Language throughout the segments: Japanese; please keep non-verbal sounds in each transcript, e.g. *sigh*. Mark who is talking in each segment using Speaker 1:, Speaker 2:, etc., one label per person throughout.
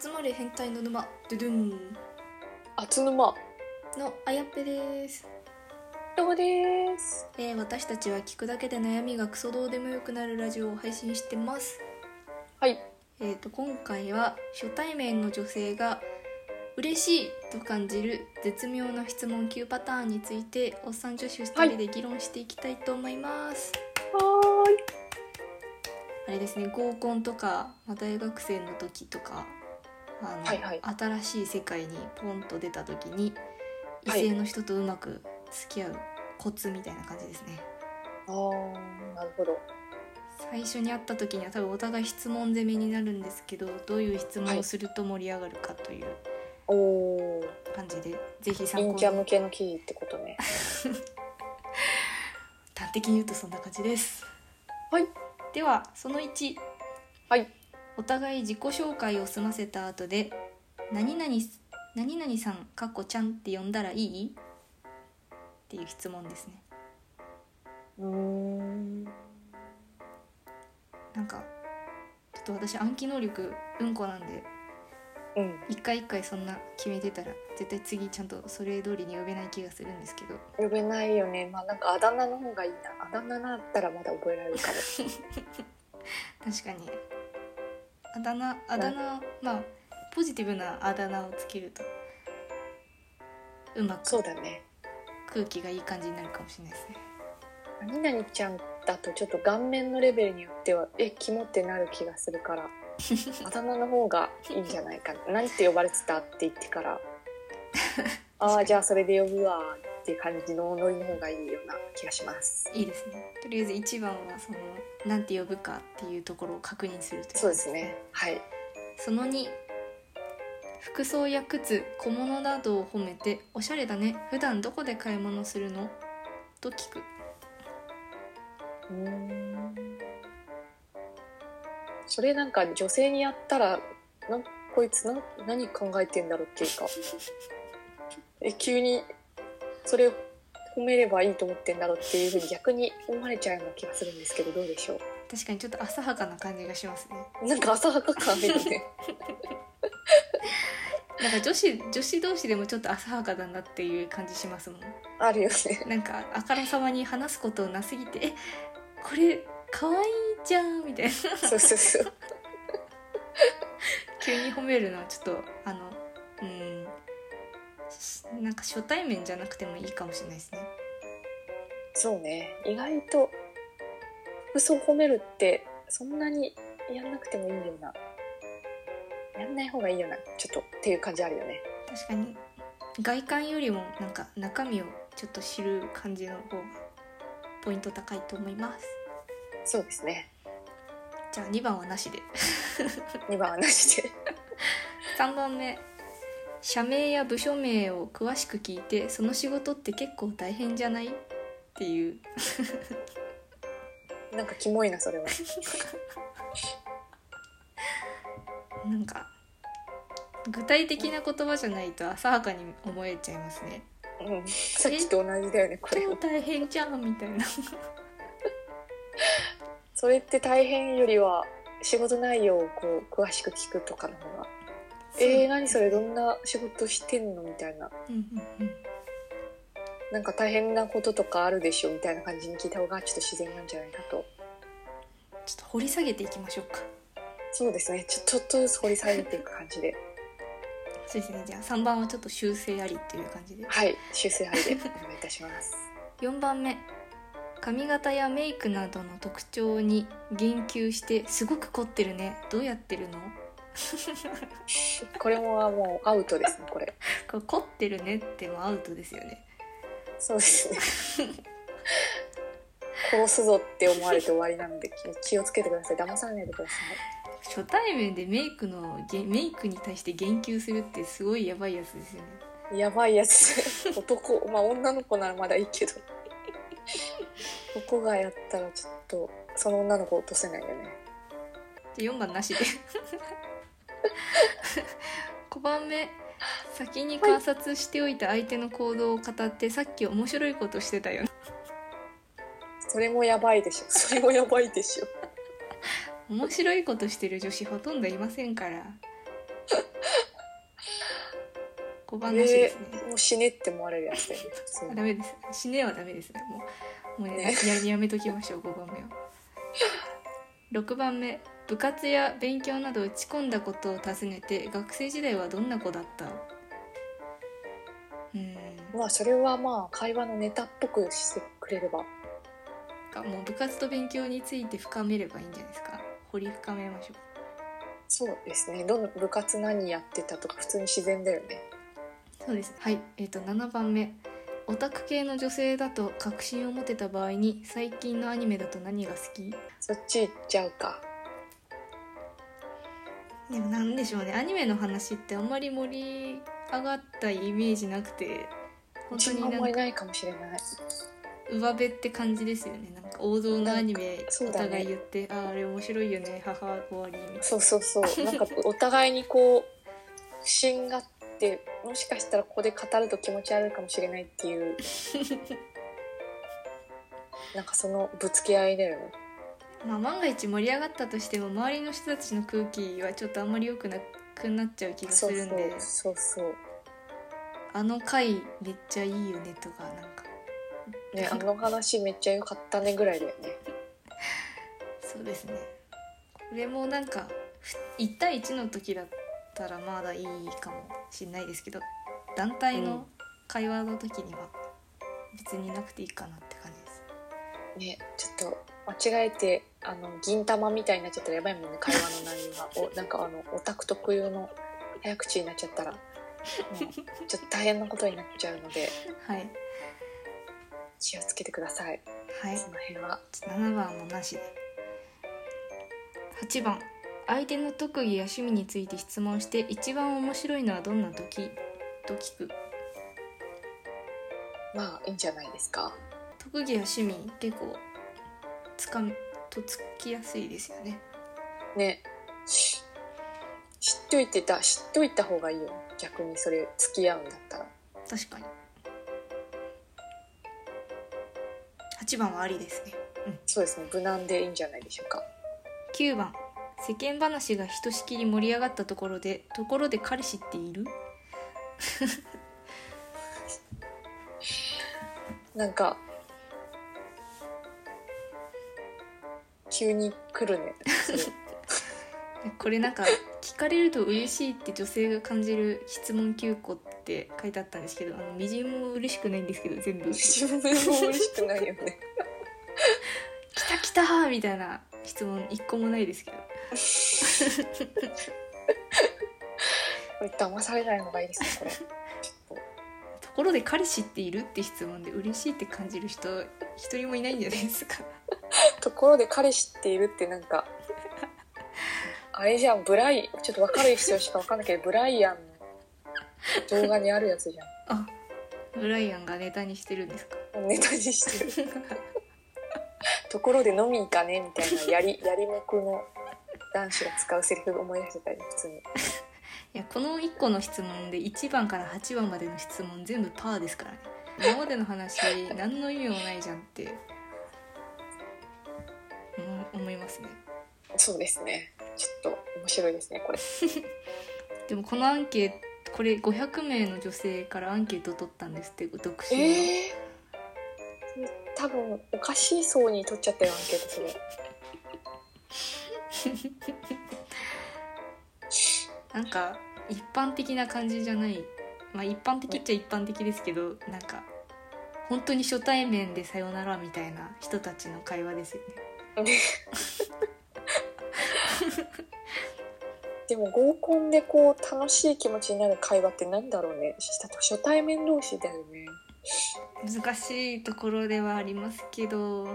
Speaker 1: 集まれ変態の沼ドゥドゥン
Speaker 2: あつぬま
Speaker 1: のあやっぺです、
Speaker 2: どうもです
Speaker 1: えー私たちは聞くだけで悩みがクソどうでもよくなるラジオを配信してます
Speaker 2: はい
Speaker 1: えー、と今回は初対面の女性が嬉しいと感じる絶妙な質問9パターンについておっさん女子2人で議論していきたいと思います、
Speaker 2: は
Speaker 1: あれですね合コンとか、まあ、大学生の時とかあの、
Speaker 2: はいはい
Speaker 1: 新しい世界にポンと出た時に異
Speaker 2: はい
Speaker 1: 性の人とうまく付き合うコツみたいな感じですね、
Speaker 2: ーいあーなるほど
Speaker 1: 最初に会った時には多分お互い質問攻めになるんですけどどういう質問をすると盛り上がるかという
Speaker 2: おー
Speaker 1: 感じで、ぜひ参考
Speaker 2: 陰
Speaker 1: に
Speaker 2: キャ向けの記事ってこと *laughs* ね
Speaker 1: 端的に言うとそんな感じです
Speaker 2: はい
Speaker 1: ではその1
Speaker 2: はい
Speaker 1: お互い自己紹介を済ませた後で「何々す何々さんかっこちゃんって呼んだらいい?」っていう質問ですね
Speaker 2: うーん
Speaker 1: なんかちょっと私暗記能力うんこなんで
Speaker 2: うん
Speaker 1: 一回一回そんな決めてたら絶対次ちゃんとそれ通りに呼べない気がするんですけど
Speaker 2: 呼べないよねまあなんかあだ名の方がいいなあだ名だったらまだ覚えられるかも
Speaker 1: 確かにあだ名あだ名まあポジティブなあだ名をつけるとうまく
Speaker 2: そうだね
Speaker 1: 空気がいい感じになるかもしれないですね
Speaker 2: 何々ちゃんだとちょっと顔面のレベルによってはえキモってなる気がするから *laughs* あだ名の方がいいんじゃないかな何て呼ばれてたって言ってから *laughs* ああじゃあそれで呼ぶわーっていう感じのノリの方がいいような気がします
Speaker 1: いいですねとりあえず一番はそのなんて呼ぶかっていうところを確認するという
Speaker 2: そうですねはい
Speaker 1: その2服装や靴小物などを褒めて「おしゃれだね普段どこで買い物するの?」と聞く
Speaker 2: うーんそれなんか女性にやったらなんこいつな何考えてんだろうっていうかえ急にそれを褒めればいいと思ってんだろうっていうふうに逆に思われちゃうような気がするんですけどどうでしょ
Speaker 1: 確かにちょっと浅はかな感じがしますね
Speaker 2: うなんか浅はか感あるよね
Speaker 1: なんか女子 *laughs* 女子同士でもちょっと浅はかだなっていう感じしますもん
Speaker 2: *laughs* あるよね
Speaker 1: なんかあからさまに話すことなすぎて「えこれ可愛いじゃん」みたいな
Speaker 2: そうそうそう
Speaker 1: 急に褒めるのはちょっとあのうんしなんか初対面じゃなくてもいいかもしれないですね
Speaker 2: そうね意外と服装褒めるってそんなにやんなくてもいいようなやんない方がいいようなちょっとっていう感じあるよね
Speaker 1: 確かに外観よりもなんか中身をちょっと知る感じの方がポイント高いと思います
Speaker 2: そうですね
Speaker 1: じゃあ2番はなしで
Speaker 2: 2番はなしで
Speaker 1: 3番目社名や部署名を詳しく聞いてその仕事って結構大変じゃないっていう
Speaker 2: *laughs* なんかキモいなそれは
Speaker 1: なんか具体的な言葉じゃないと浅はかに思えちゃいますね
Speaker 2: うんさっきと同じだよねこれ
Speaker 1: 超大変じゃんみたいな
Speaker 2: それって大変よりは仕事内容をこう詳しく聞くとかの方がえー、何それどんな仕事してんのみたいな
Speaker 1: うんうんうん
Speaker 2: なんか大変なこととかあるでしょみたいな感じに聞いた方がちょっと自然なんじゃないかと
Speaker 1: ちょっと掘り下げていきましょうか
Speaker 2: そうですねちょちょっとずつ掘り下げていく感じで
Speaker 1: そうですねじゃあ3番はちょっと修正ありっていう感じで
Speaker 2: はい修正範囲でお願いいたします
Speaker 1: 4番目髪型やメイクなどの特徴に言及して「すごく凝ってるねどうやってるの?」 *laughs*
Speaker 2: これもはもうアウトですねこれ
Speaker 1: これ凝ってるねってもアウトですよね
Speaker 2: そうですね。殺すぞって思われて終わりなので気気をつけてください。騙されないでくださ
Speaker 1: 初対面でメイクのげメイクに対して言及するってすごいやばいやつですよね
Speaker 2: い。やばいやつ。男、まあ女の子ならまだいいけど。男がやったらちょっとその女の子落とせないよね。
Speaker 1: じゃあ4番なしで5番目先に観察しておいた相手の行動を語ってさっき面白いことしてたよね
Speaker 2: それもやばいでしょ。それもやばいでしょ。
Speaker 1: 面白いことしてる女子ほとんどいませんから小話ですね、
Speaker 2: もう死ねって思われるやつだよね普通
Speaker 1: あ
Speaker 2: に
Speaker 1: ダメです死ねはダメですねもうもうね
Speaker 2: ね
Speaker 1: ややめときましょう5番目は6番目部活や勉強など打ち込んだことを尋ねて学生時代はどんな子だったうん
Speaker 2: まあそれはまあ会話のネタっぽくしてくれれば
Speaker 1: かもう部活と勉強について深めればいいんじゃないですか掘り深めましょう
Speaker 2: そうですねどの部活何やってたとか普通に自然だよね
Speaker 1: そうですはいえっ、と7番目オタク系の女性だと確信を持てた場合に最近のアニメだと何が好き
Speaker 2: そっち行っちゃうか
Speaker 1: でもなんでしょうねアニメの話ってあんまり盛り上がったイメージなくて本当
Speaker 2: 自
Speaker 1: に
Speaker 2: 分あん
Speaker 1: な
Speaker 2: ま
Speaker 1: ん
Speaker 2: り
Speaker 1: か
Speaker 2: ないかもしれない
Speaker 1: 上辺って感じですよねなんか王道のアニメ
Speaker 2: そう
Speaker 1: お
Speaker 2: だね
Speaker 1: 互い言って、あああれ面白いよね母終わりみたい
Speaker 2: そうそう *laughs* そうなんかお互いにこう不信があってもしかしたらここで語ると気持ち悪いかもしれないっていう *laughs* なんかそのぶつけ合いだよね
Speaker 1: な、まあ、万が一盛り上がったとしても周りの人たちの空気はちょっとあんまり良くなくなっちゃう気がす
Speaker 2: そう
Speaker 1: るんで
Speaker 2: そうそうそう
Speaker 1: あの回めっちゃいいよねとかなんか
Speaker 2: ねあの話めっちゃ良かったねぐらいだよね
Speaker 1: そうですねこれもなんかふ1対1の時だったらまだいいかもしれないですけど団体
Speaker 2: うん
Speaker 1: の会話の時には別になくていいかなって感じです、
Speaker 2: ねちょっと間違えてあの銀玉みたいになっちゃったらやばいもんね会話の内容 *laughs* がおなんかあのオタク特有の早口になっちゃ *laughs* ったらもうちょっと大変なことになっちゃうので
Speaker 1: はい
Speaker 2: 気をつけてください
Speaker 1: はい
Speaker 2: その辺は
Speaker 1: 7番もなしで8番相手の特技や趣味について質問して一番面白いのはどんな時と聞く
Speaker 2: まあいいんじゃないですか
Speaker 1: 特技や趣味結構つかみとっつきやすいですよね
Speaker 2: ねし知っといてた知っといた方がいいよ逆にそれ付き合うんだったら
Speaker 1: 確かに8番はありですね
Speaker 2: そうですね無難でいいんじゃないでしょうか
Speaker 1: 9番世間話がひとしきり盛り上がったところでところで彼氏っている
Speaker 2: なんか急に来
Speaker 1: *laughs*
Speaker 2: るねそれ
Speaker 1: これなんか聞かれると嬉しいって女性が感じる質問9個って書いてあったんですけどあのみじんも嬉しくないんですけど全部「来
Speaker 2: 自分でも嬉しくないよね
Speaker 1: た来た!」みたいな質問1個もないですけど
Speaker 2: これ騙されない方がいいですねこれ
Speaker 1: ところで彼氏っているって質問で嬉しいって感じる人一人もいないんじゃないですか
Speaker 2: ところで彼氏っているってなんかあれじゃんブライちょっと分かる人しか分かんないけどブライアンの動画にあるやつじゃ
Speaker 1: あブライアンがネタにしてるんですか
Speaker 2: んネタにしてるところで飲み行かねみたいなやりやりもくの男子が使うセリフ思い出してたり普通に
Speaker 1: いやこの1個の質問で1番から8番までの質問全部パーですからね今までの話何の意味もないじゃんって思思いますね
Speaker 2: そうですねちょっと面白いですねこれ
Speaker 1: でもこのアンケートこれ500名の女性からアンケートを取ったんですって独身の、
Speaker 2: ええ多分おかしい層に取っちゃったよアンケートそれ
Speaker 1: *laughs* なんか一般的な感じじゃないまあ一般的っちゃ一般的ですけどなんか本当に初対面でさよならみたいな人たちの会話ですよね
Speaker 2: でも合コンでこう楽しい気持ちになる会話ってなんだろうねしたと初対面同士だよね
Speaker 1: 難しいところではありますけど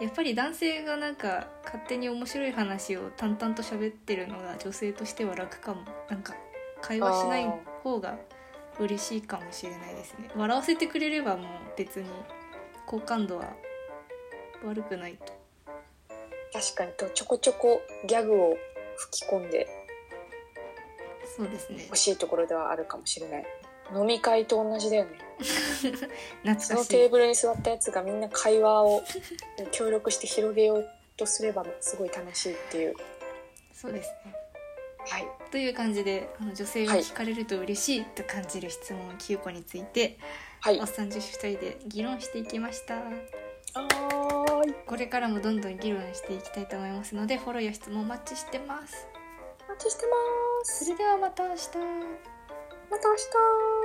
Speaker 1: やっぱり男性がなんか勝手に面白い話を淡々と喋ってるのが女性としては楽かもなんか会話しない方が嬉しいかもしれないですね笑わせてくれればもう別に好感度は悪くないと
Speaker 2: 確かにとちょこちょこギャグを吹き込んで
Speaker 1: そうですね
Speaker 2: ほしいところではあるかもしれない飲み会と同じだよね
Speaker 1: 懐
Speaker 2: そ
Speaker 1: か
Speaker 2: の
Speaker 1: しい
Speaker 2: テーブルに座ったやつがみんな会話を協力して広げようとすればすごい楽しいっていう
Speaker 1: そうですね
Speaker 2: はい
Speaker 1: という感じであの女性が聞かれると嬉しいと感じる質問9個について、
Speaker 2: はい
Speaker 1: おっさん女子2人で議論していきました
Speaker 2: はーい
Speaker 1: これからもどんどん議論していきたいと思いますのでフォローや質問お待ちしてます
Speaker 2: お待ちしてま
Speaker 1: そ
Speaker 2: す
Speaker 1: れではまた明日
Speaker 2: また明日